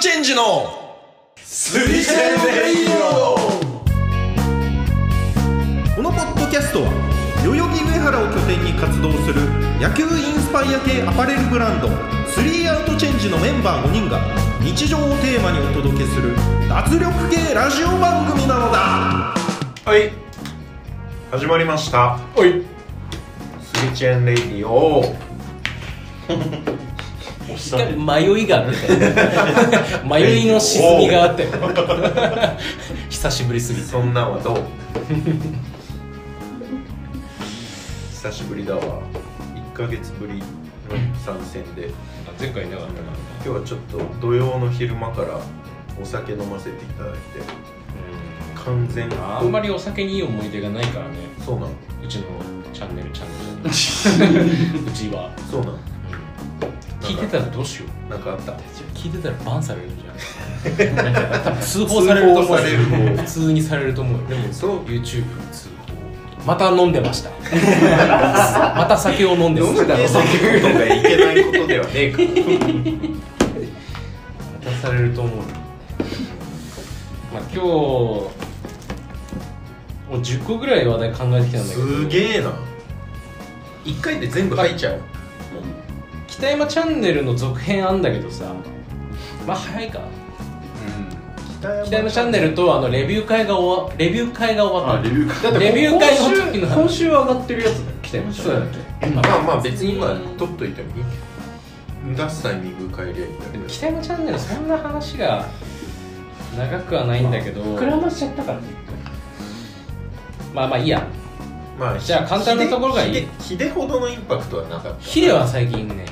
チェンジのスリセンレイこのポッドキャストは代々木上原を拠点に活動する野球インスパイア系アパレルブランドスリーアウトチェンジのメンバー5人が日常をテーマにお届けする脱力系ラジオ番組なのだはい始まりましたおいスリチェンレイディオしっかり迷いがあってたよ迷いの沈みがあ ったよ久しぶりすぎてそんなんはどう久しぶりだわ1ヶ月ぶりの参戦で前回いなかったな今日はちょっと土曜の昼間からお酒飲ませていただいて完全ああんまりお酒にいい思い出がないからねそうなのうちのチャンネルチャンネル うちはそうなの聞いてたらどうしようなんかあった聞いてたらバンされるじゃんなんか多分通報されると思う通よ報される普通にされると思うでもそう YouTube 通報また飲んで ましたまた酒を飲んでましたろ酒とかいけないことではねえから渡されると思うまあ今日もう10個ぐらい話題考えてきたんだけどすげえな1回で全部入っちゃう北山チャンネルの続編あんだけどさまあ早いか北山チャンネルとあのレビュー会が終わレビュー会が終わったューレビュー会の時の話今週上がってるやつだよ北山ちそうゃだんっけまあまあ別に今取っといてもいい出すタイミング変えりゃいいんだけど北山チャンネルそんな話が長くはないんだけど膨らましちゃったからねまあまあいいやまあじゃあ簡単なところがいいひでひでほどのインパクトはなかったヒデは最近ね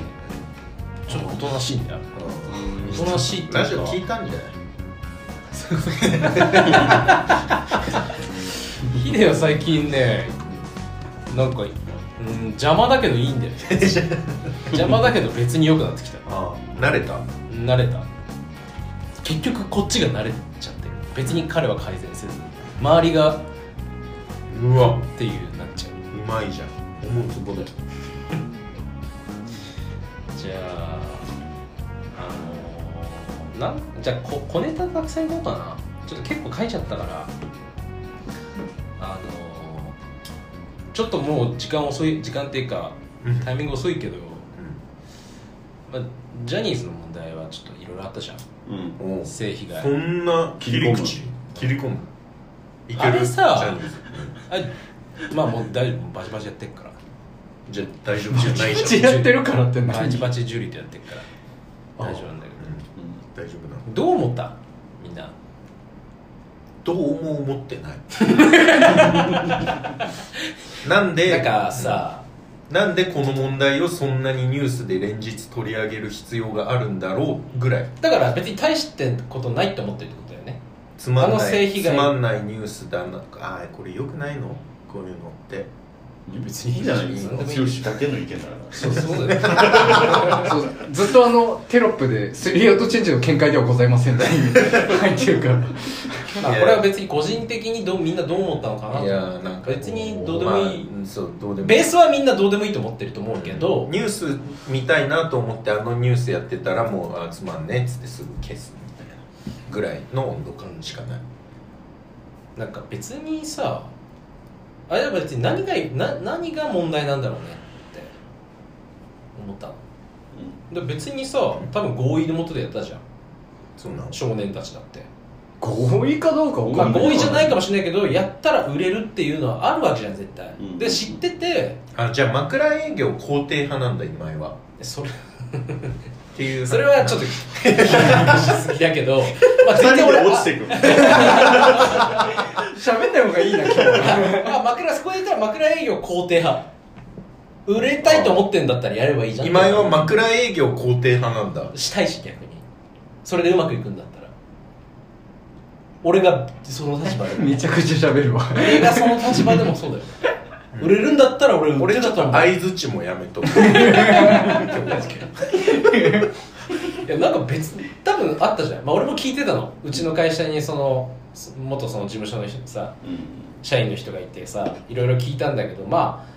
ちょっとおとなしいんだようんおとなしいっていうラかジオ聞いたんじゃないヒデは最近ねなんか、うん、邪魔だけどいいんだよ 邪魔だけど別に良くなってきたああ慣れた慣れた結局こっちが慣れちゃってる別に彼は改善せず周りがっうわていうなっちゃううまいじゃん思うつぼだよじゃああのーなんじゃあこ小ネタたくさんいこうかなちょっと結構書いちゃったからあのーちょっともう時間遅い時間っていうかうんタイミング遅いけど、まあ、ジャニーズの問題はちょっといろいろあったじゃんうんおうそ性被害んな切り口切り込むいけるあれさジャニーズあまあもう大丈夫もうバチバチやってっからじゃあ大丈夫じゃない口じゃんやってるからって何バチバチジュリーとやってっから大丈夫なんだけうん大丈夫なのどどう思ったみんなどう思う思ってない なんでなんかさ、なんでこの問題をそんなにニュースで連日取り上げる必要があるんだろうぐらいだから別に大してことないと思ってるってことだよねつまんあのな性い被つ害まんないニュースだなああこれよくないのこういうのって別にいいんじゃないですかなんでもいい剛だけの意見だからそう そうだよねそうだずっとあのテロップでスリーアウトチェンジの見解ではございませんって入ってるからまあこれは別に個人的にどうみんなどう思ったのかなといやーなんか別にどうでもいいまあうんそうどうでもいいベースはみんなどうでもいいと思ってると思うけど、ニュース見たいなと思ってあのニュースやってたらもうあつまんねえっつってすぐ消すみたいなぐらいの温度感しかないなんか別にさあれは別に何がな何が問題なんだろうねって思ったので別にさ多分合意のもとでやったじゃんそうなの少年たちだって、合意かどうか分まかあ、んない合意じゃないかもしれないけどやったら売れるっていうのはあるわけじゃん絶対、うんで知っててあじゃあ枕営業肯定派なんだ今井はそれっていうそれはちょっとし すぎだけど、まあ、全然俺落ちてく喋んない方がいいな今日ああ枕そこで言ったら枕営業肯定派売れたいと思ってんだったらやればいいじゃん今井は枕営業肯定派なんだしたいし逆にそれでうまくいくんだったら俺がその立場でも めちゃくちゃ喋るわ俺がその立場でもそうだよ売れるんだったら俺売れ俺てちょたっとと思う相づちもやめとくいやなんか別に多分あったじゃん、まあ、俺も聞いてたのうちの会社にそのそ元その事務所の人さ社員の人がいてさいろいろ聞いたんだけどまあ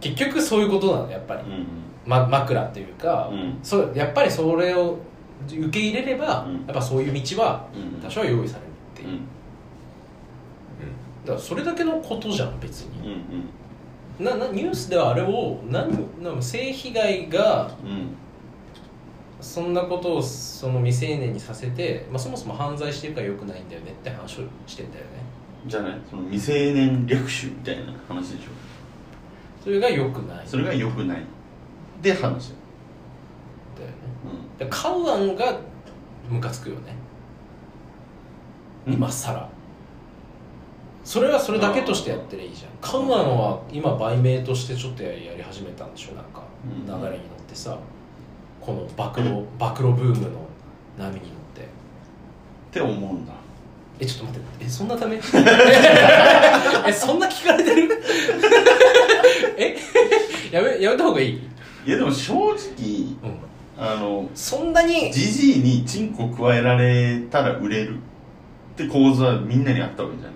結局そういうことなのやっぱり、ま、枕っていうか、うんそれやっぱりそれを受け入れれば、うんやっぱそういう道はうん多少は用意されるっていうう、んだからそれだけのことじゃん別うんに、ななニュースではあれを何なんか性被害がうんうんそんなことをその未成年にさせて、まあ、そもそも犯罪してるからよくないんだよねって話をしてんだよねじゃないその未成年略取みたいな話でしょそれがよくないんそだよれねが良くないで話してるだから買う案がムカつくよねうん今更それはそれだけとしてやってりゃいいじゃん買う案は今売名としてちょっとやり始めたんでしょなんかうん流れに乗ってさこの暴露暴露ブームの波に乗ってって思うんだえちょっと待ってえそんなた めえそんな聞かれてるえやめやめた方がいい、いやでも正直うん、あのそんなにじじいにチンコ加えられたら売れるって構図はみんなにあったわけじゃない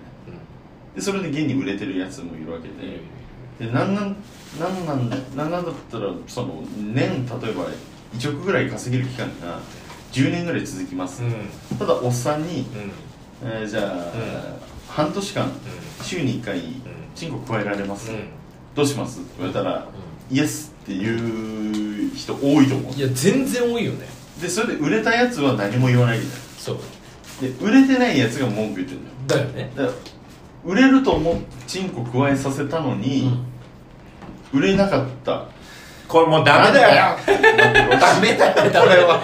でそれで現に売れてるやつもいるわけででなんなんなんなんなんなんだったらその年例えば1億ぐらい稼げる期間が10年ぐらい続きます、うんただおっさんに、うんえーじゃあ、うん半年間う週に1回チンコ加えられます、んどうしますって言われたら、イエスっていう人多いと思いや全然多いよねうでそれで売れたやつは何も言わないみたいなそうで売れてないやつが文句言ってんだよだよねだから売れると思ってチンコ加えさせたのに、売れなかった これもうダメだよダメだよこれは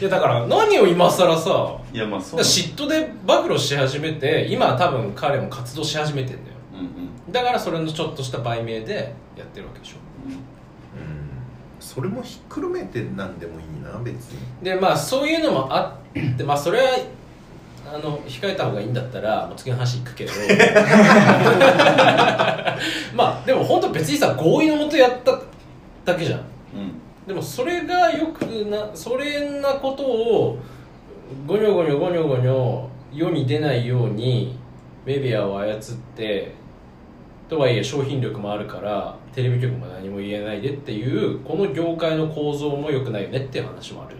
いやだから何を今更さいやまあそうなんだ嫉妬で暴露し始めて今多分彼も活動し始めてんだようんうんだからそれのちょっとした売名でやってるわけでしょ うんそれもひっくるめてなんでもいいな別にでまあそういうのもあってまあそれはあの控えた方がいいんだったらもう次の話行くけどまあでも本当別にさ合意のもとやっただけじゃんうんでもそれがよくなそれなことをゴニョゴニョゴニョゴニョ世に出ないようにメディアを操ってとはいえ商品力もあるからテレビ局も何も言えないでっていうこの業界の構造も良くないよねっていう話もある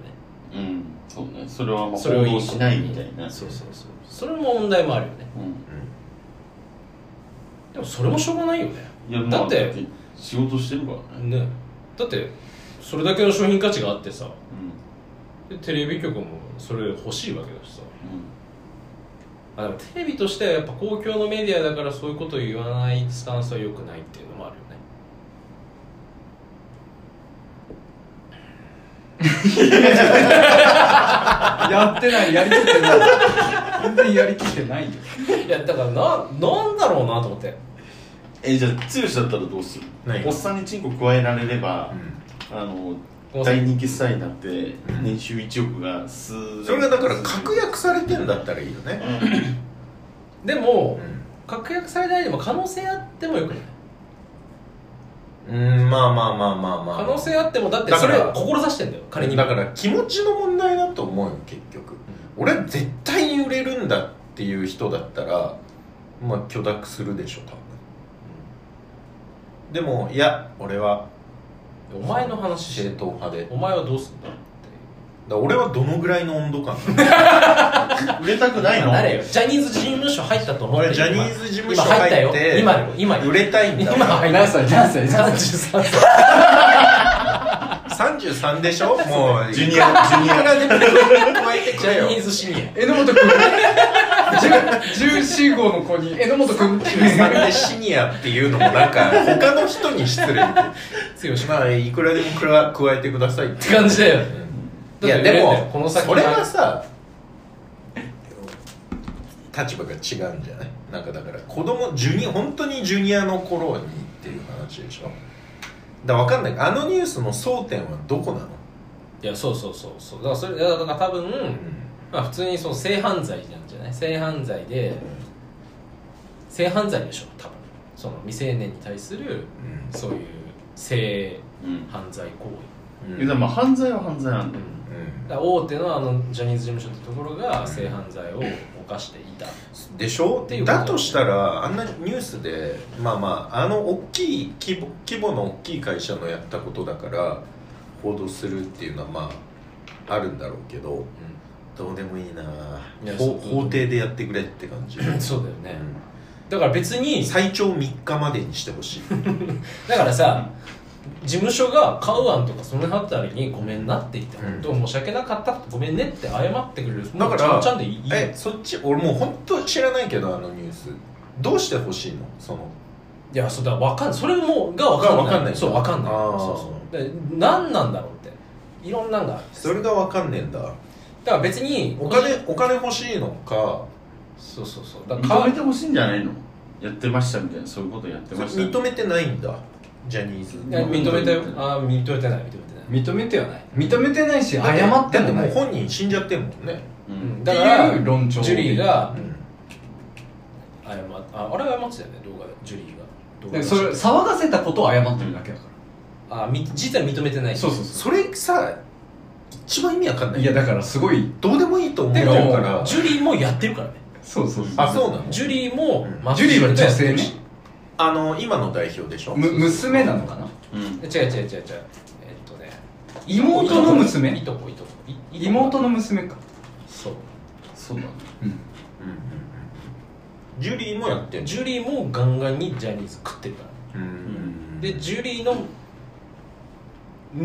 よねうんそうねそれはまあそれを報い道いしないみたいなそうそうそうそれも問題もあるよねうんでもそれもしょうがないよねいやまだあって仕事してるからねねだってそれだけの商品価値があってさうでんテレビ局もそれ欲しいわけだしさあでもテレビとしてはやっぱ公共のメディアだからそういうことを言わないスタンスは良くないっていうのもあるよねやってないやりきってない全然やりきってないよいやだからななんだろうなと思ってえじゃあ剛だったらどうする何おっさんにチンコ加えられればう、んあのおっさん大人気スターになって年収1億が数それがだから確約されてんだったらいいよねでもう確約されないでも可能性あってもよくないん、うん、まあまあまあまあまあ可能性あってもだってだかそられを志してんだよ彼にだから気持ちの問題だと思うよ結局俺は絶対に売れるんだっていう人だったらまあ許諾するでしょ多分でもいや俺はお前の話し正て統派でだかお前はどうすんだってら俺はどのぐらいの温度感なの売れたくないの誰よジャニーズ事務所入ったと思って俺るジャニーズ事務所入今入っったよて今でも今でも売れたいんだ今入った何歳何歳33何歳歳33でしょもうジュニ アジュニアからでも加えてジくれャよニーズシニア榎本 君14号の子に榎本君って13でシニアっていうのもなんか他の人に失礼強しっまあいくらでもくら加えてくださいってて感じだよねいやでだって売れてもるこの先それはさ立場が違うんじゃないなんかだから子供ジュニ本当にジュニアの頃にっていう話でしょだから分かんないあのニュースの争点はどこなの、いやそうそうそうそうだからそれいやだから多分、まあ、普通にその性犯罪なんじゃない性犯罪で性犯罪でしょ多分その未成年に対するそういう性うん犯罪行うんいやでもまあ犯罪は犯罪なんだ為、ようんだから大手のあのジャニーズ事務所ってところが性犯罪を犯していた、でしょっていうことだとしたらあんなニュースでまあまああの大きい規模規模の大きい会社のやったことだから報道するっていうのはまああるんだろうけどどうでもいいないやほそう法廷でやってくれって感じ、うんそうだよねだから別うんに最長3日までにしてほしいだからさ事務所がカウアンとかその辺りにごめんなって言って、うん本当申し訳なかったごめんねって謝ってくれるだもからうちゃんちゃんでいいよ えそっち俺もう本当知らないけどあのニュースどうしてほしいのそのいやそうだわかんそれもがわかんがわないかんないそうわかんないあーそうそうで何なんだろうっていろんなんがあるそれがわかんねえんだだから別にお金お金欲しいのかそうそうそうだから認めてほしいんじゃないのやってましたみたいなそういうことやってましたみたい認めてないんだジャニーズいや認めたよあー認めてない認めてない認めてはない認めてないし謝ってだってももなうい本人死んじゃってるもんね、な、ううんん、だからっていう論調ジュリーがうん謝っああれ謝ってたよね動画でジュリーが動画ででそれ騒がせたことを謝ってるだけだかあみ実は認めてないらそうそうそそれさ一番意味わかんなういいやだからすごいどうでもいいと思ってるでもからジュリーもやってるからねそうそうあそうなのジュリーうもんマッジチュングリーは女性やってねるしあの今の代表でしょむ娘なのかなうん違う違う違う違うえっとね妹の娘いとこいとこいいとこ妹の娘かそうそうだねうんうんうんうんジュリーもやってんのジュリーもガンガンにジャニーズ食ってるからうんでジュリーの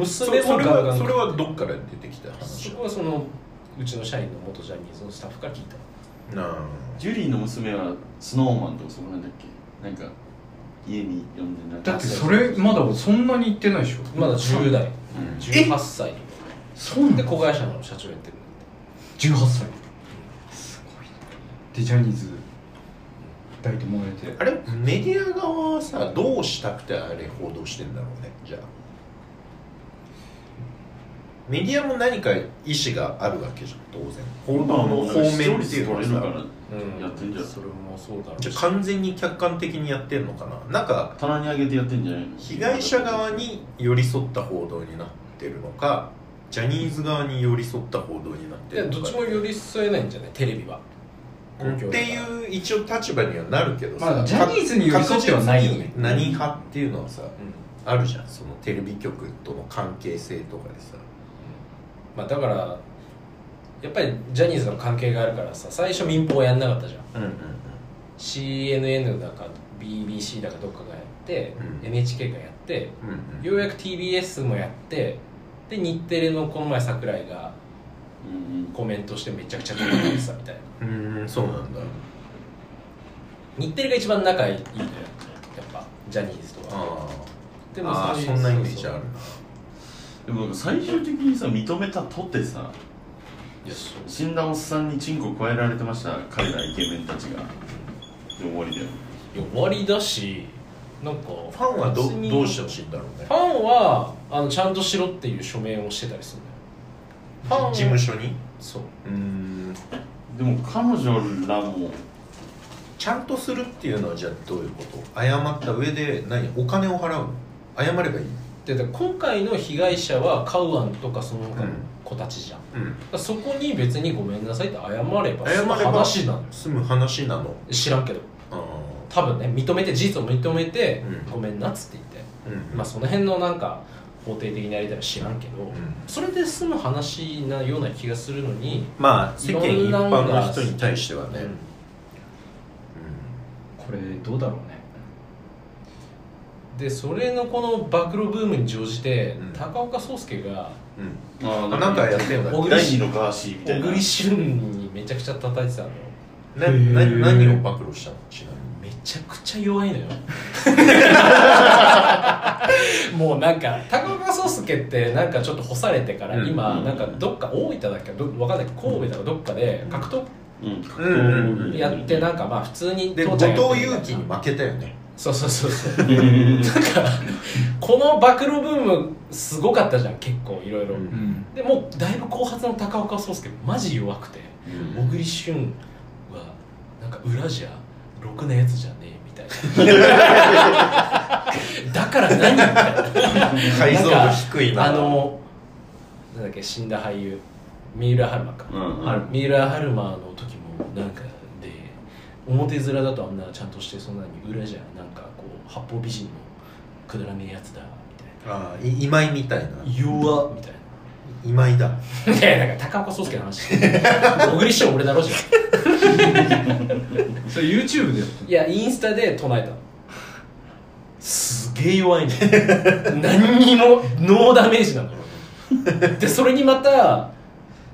そ娘れそもれガンガはンそれはどっから出てきた話そこはそのうちの社員の元ジャニーズのスタッフから聞いたなあジュリーの娘はスノーマンとかそこなんだっけなんか家に呼んでなんかだってそれまだそんなに言ってないでしょまだ10代うん18歳そうなんでだ子会社の社長やってる18歳すごいでジャニーズ抱いてもらえてあれメディア側はさどうしたくてあれ報道してんだろうねじゃあメディアも何か意思があるわけじゃん当然報道の方面っていうのは視聴率取れるかさらやってんじゃんそれもそうだろうじゃしあ完全に客観的にやってんのかななんか棚に上げてやってんじゃないの被害者側に寄り添った報道になってるのかジャニーズ側に寄り添った報道になっていやるのかどっちも寄り添えないんじゃないテレビはっていう一応立場にはなるけどさ、まあジャニーズに寄り添ってはないよね確実に何派っていうのはさ、あるじゃんそのテレビ局との関係性とかでさまあだからやっぱりジャニーズの関係があるからさ最初民放はやんなかったじゃんうんうん CNN だか BBC だかどっかがやって、うん NHK がやってうんようやく TBS もやってで日テレのこの前桜井がうんコメントしてめちゃくちゃ書いてたみたいなうんうーんそうなんだ日テレが一番仲いいんだよやっぱジャニーズとかあであああういうそんなイメージあるなでもなんか最終的にさ認めたとってさいやそう死んだおっさんにチンコ加えられてました彼らイケメンたちがで終わりだよいや終わりだしなんかファンはど別にどうしてほしいんだろうねファンはあのちゃんとしろっていう署名をしてたりするんだよファンは事務所にそううーんでも彼女らもちゃんとするっていうのはじゃあどういうこと謝った上で何お金を払うの謝ればいいでだから今回の被害者はカウアンとかその他の子たちじゃん、うんだからそこに別にごめんなさいって謝れば謝ればその話なのよ済む話なの知らんけどあ多分ね認めて事実を認めて、うんごめんなっつって言ってあうんまあその辺のなんか法廷的なやりたいは知らんけど、うんそれで済む話なような気がするのに、まあ世間一般の人に対してはね、これどうだろうねでそれのこの暴露ブームに乗じて、うん高岡壮介がうんうんああなんかやってんだ小第栗二旬のガーシーみた小いな栗旬にめちゃくちゃ叩いてたのよなへーな何を暴露したのちなみにめちゃくちゃ 弱いのよもうなんか高岡壮介ってなんかちょっと干されてから、うん今なんかどっか大分だっけどわかんない神戸だかどっかで格闘うん格うん闘やってなんかまあ普通にで父後ちゃんがやって藤るみ祐樹たいなに負けたよねそうそうそうそううんうんなんかこの暴露ブームすごかったじゃん結構いろいろうんんでもうだいぶ後発の高岡壮介マジ弱くて小栗旬はなんか裏じゃろくなやつじゃねえみたい なだから何みたい解像度低いななあのなんだっけ死んだ俳優三浦春馬か、うんうんは三浦春馬の時もなんかで表面だとあんなちゃんとしてそんなに裏じゃなんかこう八方美人のくだらねえやつだみたいなああい今井みたいな弱みたいな 今井だいやなんか高岡壮介の話小栗旬俺だろじゃんそれ YouTube でやっていやインスタで唱えたのすげえ弱いね何にもノーダメージなのでそれにまた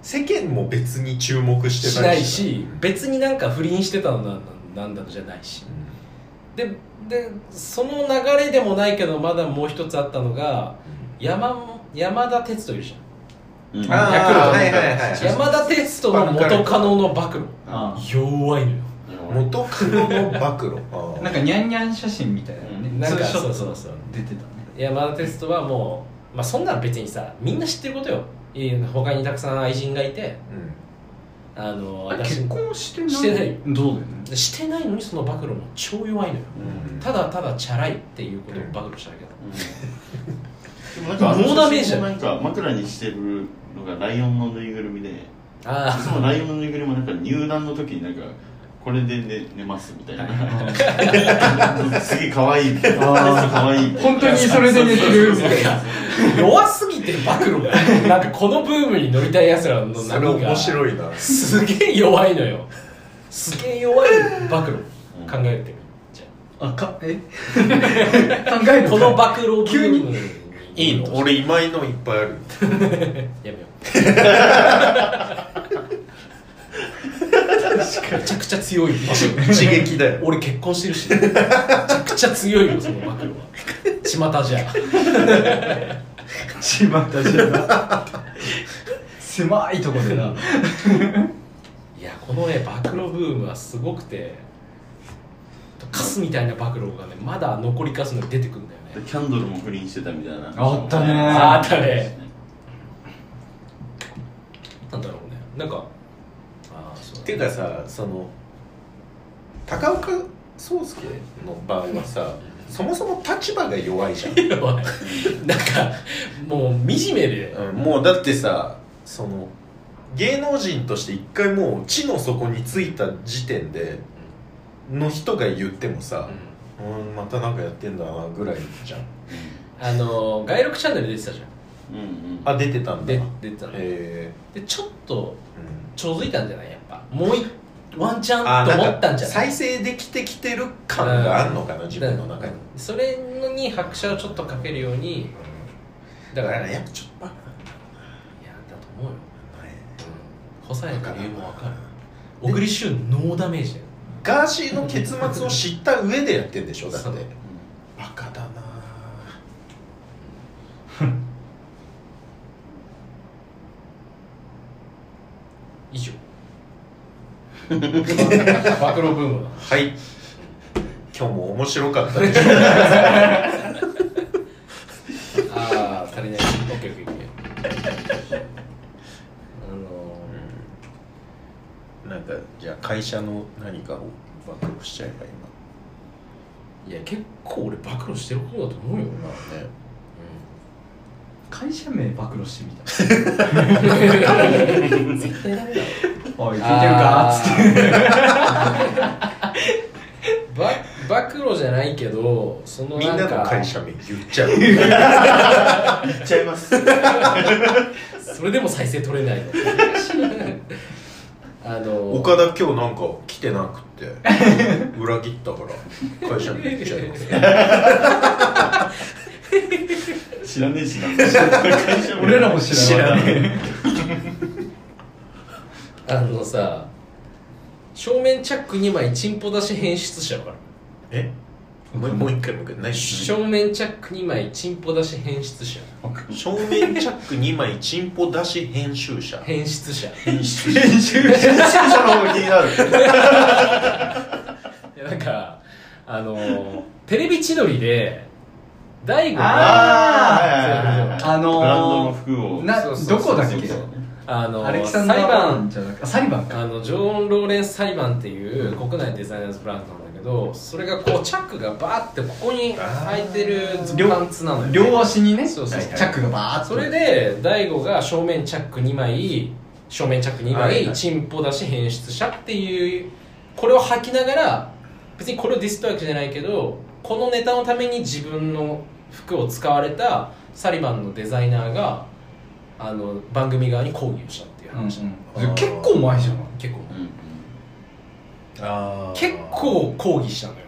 世間も別に注目ししてなないいしし別になんか不倫してたのなんなんだのじゃないしうんででその流れでもないけどまだもう一つあったのが山山田哲人いるじうんうんあーヤクルトはいはいはゃんい山田哲人の元カノの暴露あ弱いのよ元カノの暴露あーなんかニャンニャン写真みたいなねなんかツーショットそうそうそう出てたね山田哲人はもう、まあ、そんなの別にさみんな知ってることよいい他にたくさん愛人がいてうんあのあれ私結婚してないしてないどうだよ ねしてないのにその暴露も超弱いのようんただただチャラいっていうことを暴露しただけだでもなんかあのノーダメージだ写真もなんか枕にしてるのがライオンのぬいぐるみでいあつもライオンのぬいぐるみはなんか入団の時になんかこれで寝寝ますみたいなすげえ可愛いみたいな可愛いみたい本当にそれで寝て るみたいなあ 弱すぎて暴 露がなんかこのブームに乗りたい奴らのそれ波が面白いなすげえ弱いのよすげえ弱い暴露考んえてみじゃあかえ考えあるこの暴露ブーム急にいいの俺今井のいっぱいあ るや めようめちゃくちゃ強い よ一撃だよ俺結婚してるしめちゃくちゃ強いよその暴露は巷じゃしまったしまった狭いとこでないやこのね暴露ブームはすごくてカスみたいな暴露がねまだ残りカスのに出てくるんだよなねキャンドルも不倫してたみたいなあったねあったねなんだろうねなんかああそうっていうかさその高岡壮介の場合はさそもそも立場が弱いじゃん、だ なんかもう惨めで、うんもうだってさその芸能人として一回もう地の底についた時点での人が言ってもさ、うん、またなんかやってんだなぐらいじゃんあの外録チャンネル出てたじゃうんうんあ出てたんんだでへ出てたのえでちょっとうんちょうどいたんじゃないやっぱもういワンチャあンーと思なんったかんじゃな再い生できてきてる感があるのかな自分の中にそれのに拍車をちょっとかけるようにだだかかららねいややっぱちょっとバカだと思うよなんだねうん細谷の理由もわかる小栗旬ノーダメージだよガーシーの結末を知った上でやってんでしょだってそうバカだな以 上暴露ブームははい今日も面白かったね ああ足りない OKOK あのなんかじゃあ会社の何かを暴露しちゃえばいいーいや結構俺暴露してる方だと思うよなまあね会社名暴露してみた 絶対ダメだろおい聞いてるかっつって ば暴露じゃないけどそのみなんんなかの会社名言っちゃう 言っちゃいますそれでも再生取れない のあの 岡田今日なんか来てなくて裏切ったから会社名言っちゃい ます知らねえしな会社名俺らも知らないあのさ正面チャック2枚チンポ出し変質者からえもうもう一回もう一回何正面チャック2枚チンポ出し変質者正面チャック2枚チンポ出し編集者変質者編集編集者の方が気になるいやなんかあのテレビ千鳥で大悟があああのーブランドの服をなそうそうそうどこだっけあのアレキサンダー裁判じゃなくてあサリバンかあのジョーン・ローレンス裁判っていう国内デザイナーズブランドなんだけどそれがこうチャックがバーってここに履いてるズパンツなのよ両足にねそうそうはいチャックがバーッとそれで大悟が正面チャック2枚正面チャック2枚、はいはいチンポ出し変質者っていうこれを吐きながら別にこれをディスったわけじゃないけどこのネタのために自分の服を使われたサリバンのデザイナーがあの番組側に抗議をしたっていう話、うんうん結構前じゃない、結構うんあー結構抗議したのよ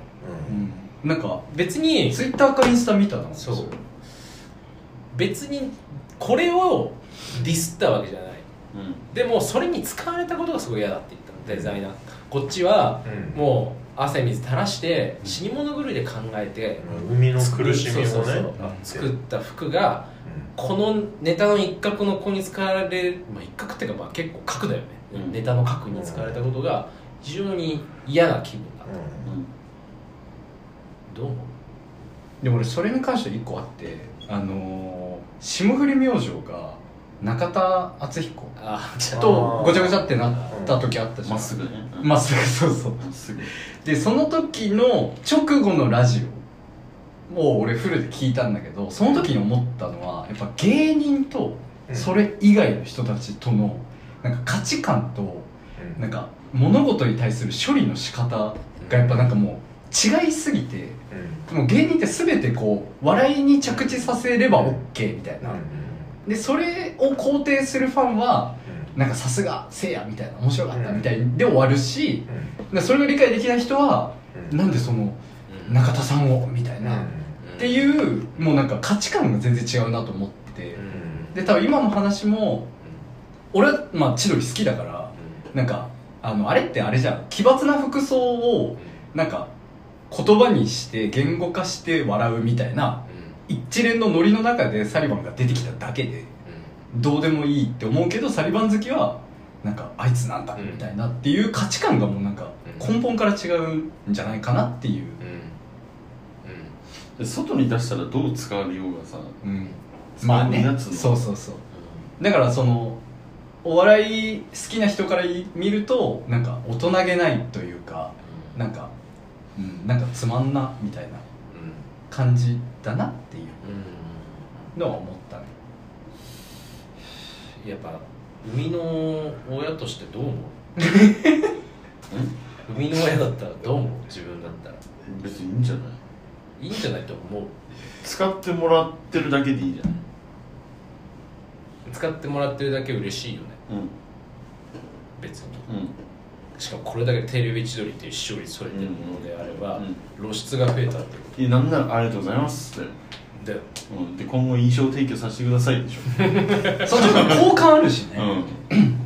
うんなんか別にツイッターかインスタ見たのそう別にこれをディスったわけじゃないうんでもそれに使われたことがすごい嫌だって言ったのデザイナーこっちはうんもう汗水垂らして死に物狂いで考えて生みの苦しみをねそうそうそうあって作った服がうこのネタの一角の子に使われる、まあ、一角っていうかまあ結構角だよね、うんネタの角に使われたことが非常に嫌な気分だっんた、うんどう思うでも俺それに関して1個あってあのー、霜降り明星が中田敦彦あじゃあとごちゃごちゃってなった時あったじゃんまっすぐねまっすぐそうそうまっすぐでその時の直後のラジオもう俺フルで聞いたんだけどその時に思ったのはやっぱ芸人とうんそれ以外の人たちとのなんか価値観とうんなんか物事に対する処理の仕方がやっぱなんかもう違いすぎてうんもう芸人って全てこう笑いに着地させれば OK みたいうんなでそれを肯定するファンはうなんかさすがせいやみたいな面白かったみたいで終わるしんでそれが理解できない人はうんうんなんでそのうん中田さんをみたいな、うっんていうもうなんか価値観が全然違うなと思ってて、うんで多分今の話も俺はまあ千鳥好きだからなんかあのあれってあれじゃん奇抜な服装をなんか言葉にして言語化して笑うみたいな一連のノリの中でサリバンが出てきただけでどうでもいいって思うけどサリバン好きはなんかあいつなんだみたいなっていう価値観がもうなんか根本から違うんじゃないかなっていう、で外に出したらどう使われようがさうん、まあねそういうやつのそうそうそうだからそのお笑い好きな人から見るとなんか大人げないというかなんか、うん、なんかつまんなみたいな感じだなっていうのは思ったねやっぱ生みの親として どう思う生みの親だったらどう思う自分だったら別にいいんじゃないいいんじゃないと思う使ってもらってるだけでいいじゃない使ってもらってるだけ嬉しいよねうん別にうんしかもこれだけテレビ千鳥っていう視聴率取れてるものであれば、うん露出が増えたってこえなんならありがとうございますって、とだようん、で今後印象提供させてくださいでしょ、その時に好感あるしね、うん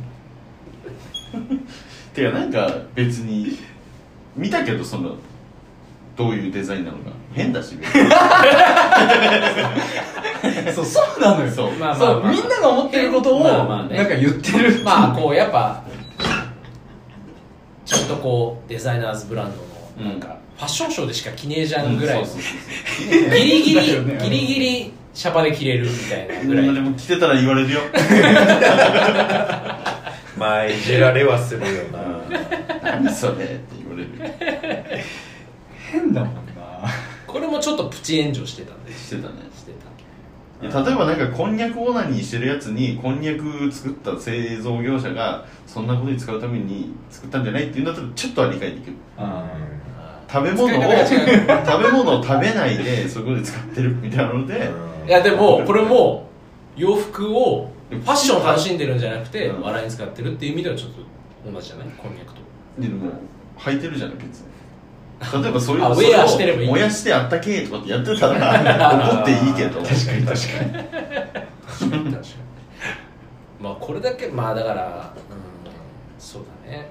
てかなんか別に見たけどそのどういうデザインなのか変だし別 にそうそうなのよそうまあまあそうまあみんなが思ってることをまあまあなんねか言ってるまあこうやっぱちょっとこうデザイナーズブランドのなんかファッションショーでしか着ねえじゃんぐらいのそうそうそうギリ ギリだよねギリギリシャバで着れるみたいなぐらいでも来てたら言われるよまあいじられはするよな何それって言われる変だもんなこれもちょっとプチ炎上してたんでしてたねしてたいや例えばなんかこんにゃくオナニーしてるやつにこんにゃく作った製造業者がそんなことに使うために作ったんじゃないっていうんだったらちょっとは理解できるうん食べ物を使い方食が違うべ物を食べないでそこで使ってるみたいなのでうんいやでもこれも洋服をファッションを楽しんでるんじゃなくてうん笑いに使ってるっていう意味ではちょっと同じじゃないこんにゃくとでも履いてるじゃない別に例えばそういうあのウェアしてればいい燃やしてあったけえとかってやってたら怒っていいけかどに確かにまあこれだけまあだから、うん、そうだね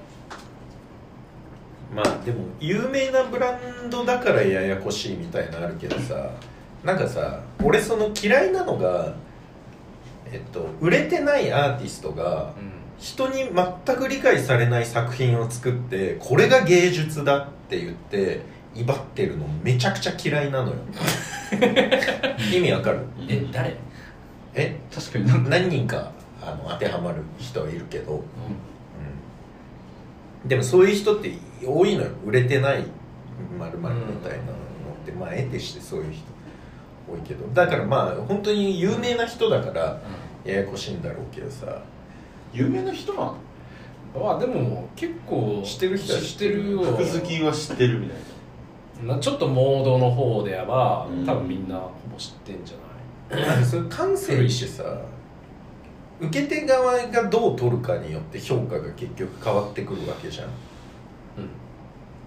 まあでも有名なブランドだからややこしいみたいなあるけどさなんかさ俺その嫌いなのがえっと売れてないアーティストが人に全く理解されない作品を作ってこれが芸術だって言って威張ってるのめちゃくちゃ嫌いなのよ意味わかるえ誰え確かになんか何人かあの当てはまる人はいるけど、うんでもそういう人って多いのよ売れてないまるみたいなのって、まあ得てしてそういう人多いけどだからまあ本当に有名な人だからややこしいんだろうけどさ有名な人はまあでも結構知ってる人は知知っっててるるよ服好きは知ってるみたいななちょっとモードの方であればうん多分みんなほぼ知ってんじゃないなんかそういう感性ってさ受け手側がどう取るかによって評価が結局変わってくるわけじゃん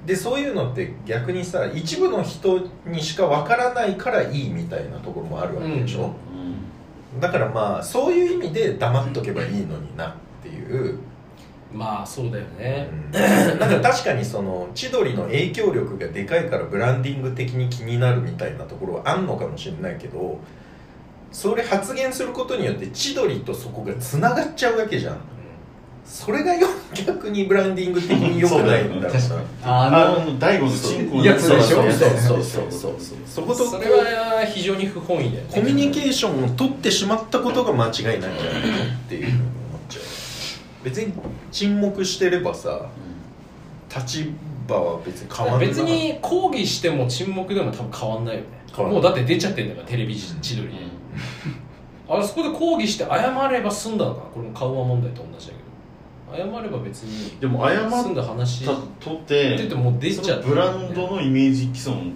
でそういうのって逆にさ一部の人にしかわからないからいいみたいなところもあるわけでしょ、だからまあそういう意味で黙っとけばいいのになっていう、まあそうだよねうんなんか確かにその千鳥の影響力がでかいからブランディング的に気になるみたいなところはあんのかもしれないけどそれ発言することによって千鳥とそこがつながっちゃうわけじゃんそれがよ逆にブランディング的に良くないんだろうなそうだよねああのの大悟のチンコのやつでしょそうそうそうそうそうそことそれは非常に不本意だよねコミュニケーションを取ってしまったことが間違いないんじゃないのっていうふうに思っちゃう別に沈黙してればさ立場は別に変わんない別に抗議しても沈黙でも多分変わんないよね変わんなもいうだって出ちゃってんだからテレビ千鳥に、あそこで抗議して謝れば済んだのかなこれも顔は問題と同じだけど謝れば別にでも謝済んっだ話たってと言っててもう出ちそゃっのてブるラよねンドのイメージ既存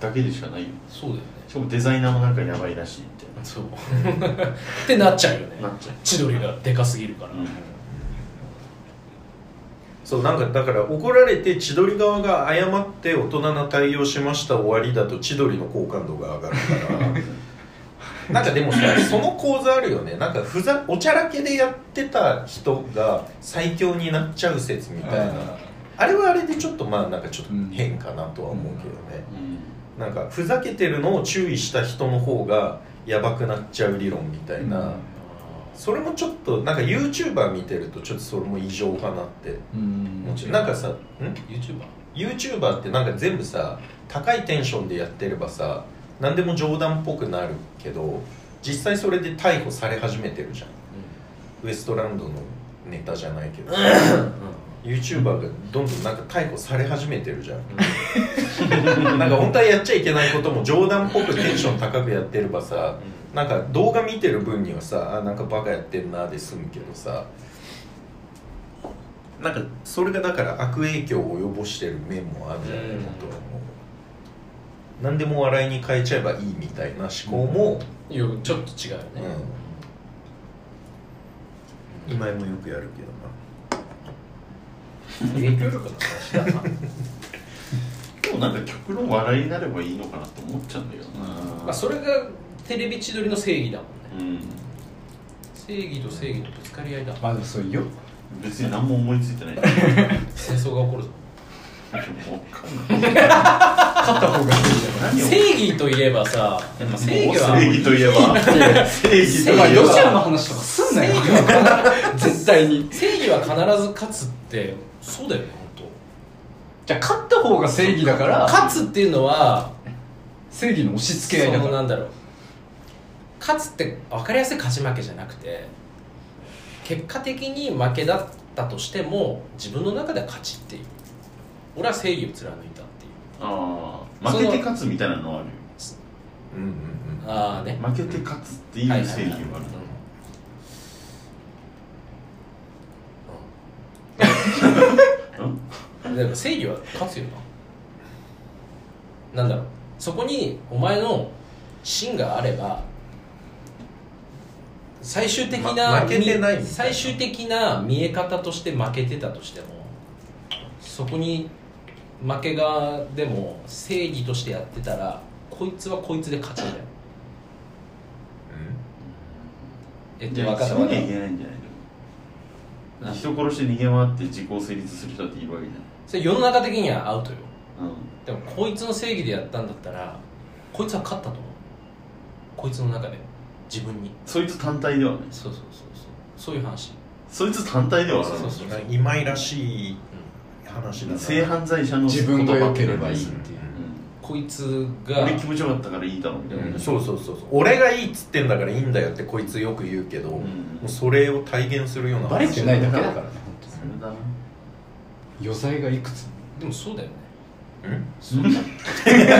だけでしかないよそうだよねしかもデザイナーもなんかやばいらしいみたいなそうってなっちゃうよねなっちゃう千鳥がでかすぎるから、うんそうなんかだから怒られて千鳥側が謝って大人な対応しました終わりだと千鳥の好感度が上がるから なんかでもさその構図あるよねなんかふざおちゃらけでやってた人が最強になっちゃう説みたいな、あれはあれでちょっとまあなんかちょっと変かなとは思うけどね、なんかふざけてるのを注意した人の方がやばくなっちゃう理論みたいな、それもちょっとなんか YouTuber 見てるとちょっとそれも異常かなってうんもちろんなんかさん YouTuber? YouTuber ってなんか全部さ高いテンションでやってればさ何でも冗談っぽくなるけど実際それで逮捕され始めてるじゃんウエストランドのネタじゃないけど YouTuber がどんどんなんか逮捕され始めてるじゃん なんか本当はやっちゃいけないことも冗談っぽくテンション高くやってればさなんか動画見てる分にはさあなんかバカやってんなで済むけどさなんかそれがだから悪影響を及ぼしてる面もあるんじゃないかとは思う何でも笑いに変えちゃえばいいみたいな思考も、いやちょっと違うよね、うん今井もよくやるけどな影響力の話だなでもなんか極論笑いになればいいのかなって思っちゃうんだけどまあそれがテレビ千鳥の正義だもんねな、正義と正義のぶつかり合いだまあでもそうようん、別に何も思いついて ないもう戦争が起こるぞ分かんない勝った方がいいんじ何を正義といえばさやっぱ正義は正義といえば正義とゃいえないやばっぱロシアの話とかすんなよ絶対に正義は必ず勝つってそうだよね本じゃあ勝った方が正義だか当ら勝つっていうのは正義の押し付け合そいだかのならんだろう勝つって分かりやすい勝ち負けじゃなくて結果的に負けだったとしても自分の中では勝ちっていう俺は正義を貫いたっていうああ負けて勝つみたいなのはあるうんうんうんああねよ負けて勝つっていう正義はあるうんでも正義は勝つよななんだろうそこにお前の芯があれば最終的な、ま負けてないみたいな最終的な見え方として負けてたとしてもそこに負けがでも正義としてやってたらこいつはこいつで勝ちだよえっじと分ゃあかったそ分うかっにはた言えないんじゃないあでも人殺して逃げ回って自己成立する人っているわけじそれ世の中的にはアウトよゃない、うんでもこいつの正義でやったんだったらこいつは勝ったと思うこいつの中で自分にそいつ単体ではないそうそうそうそうそういう話そいつ単体ではないそうそうそう今井らしい話だな性犯罪者の自分が良けれ言葉ばいいっうんていうこいつが俺気持ちよかったからいいだろみたいな、うんそうそうそうそう俺がいいっつってんだからいいんだよってこいつよく言うけど、んもうそれを体現するようなバレてないだけだからねそれだな余罪がいくつでもそうだよねうんそうだよ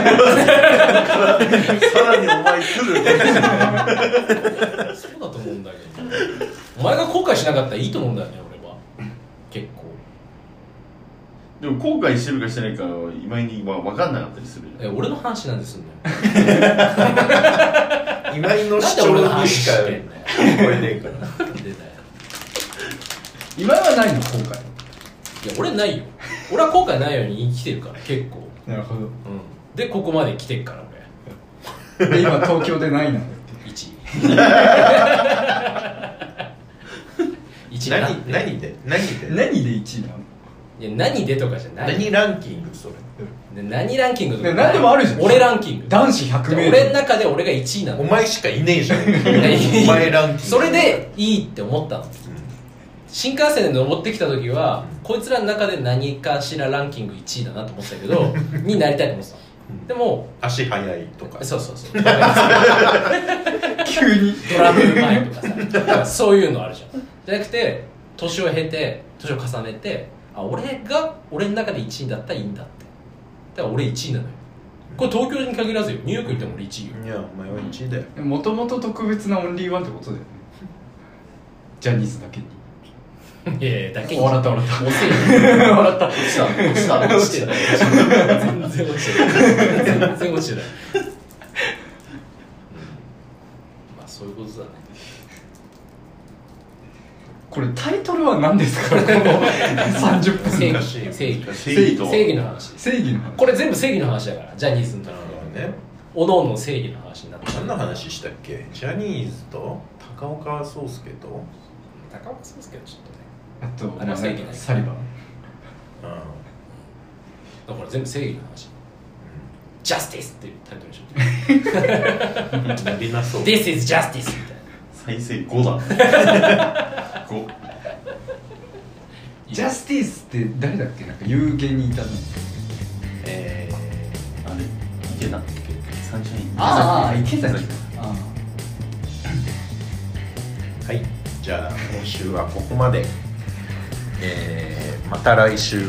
さらにお前来るねそうだと思うんだけどお前が後悔しなかったらいいと思うんだよね俺は結構でも後悔してるかしてないかは今井に分かんなかったりするじえゃん俺の話なんですんだよ今井のなん主で俺張にの話ししかて聞んだよこえねえからなんでだよ今はないの後悔いや俺ないよ俺は後悔ないように生きてるから結構、なるほどうん、でここまで来てるからで今東京でないなって俺1位1位何何で何で何で1位なのいや何でとかじゃない何ランキングそれで何ランキングとかね何でもあるじゃん俺ランキング男子100でメ俺のート中で俺が1位なおの前しかいねえじゃんお前ランキングそれでいいって思ったの新幹線で登ってきた時はこいつらの中で何かしらランキング1位だなと思ってた けどになりたいと思ってたのうんでも足速いとかそうそうそうドル急にラム前とか さそういうのあるじゃんじゃなくて年を経て年を重ねてあ俺が俺の中で1位だったらいいんだってだから俺1位なのよこれ東京に限らずよニューヨーク行っても俺1位よいやお前は1位だよもともと特別なオンリーワンってことだよねジャニーズだけにいやいやだけに笑った笑った遅いよ笑った落ちた落ちた落ちてない全然落ちてない全然落ちてないまあそういうことだねこれタイトルは何ですかこの30分 正の義正義正義とは正義の話正義の話これ全部正義の話だからジャニーズの時なはるほどねおのおの正義の話になった何の話したっけジャニーズと高岡壮介と、うん、高岡すけはちょっとねあとあれは正義だサリバンだから全部正義の話ジャスティスっていうタイトルにしようん、なりなそうう This is justice みたいな再生5だ5ジャスティスって誰だっけなんか有限にいたのえあれ池田っけサンシャインああ池崎池あー、はいじゃあ今週はここまでえー、また来週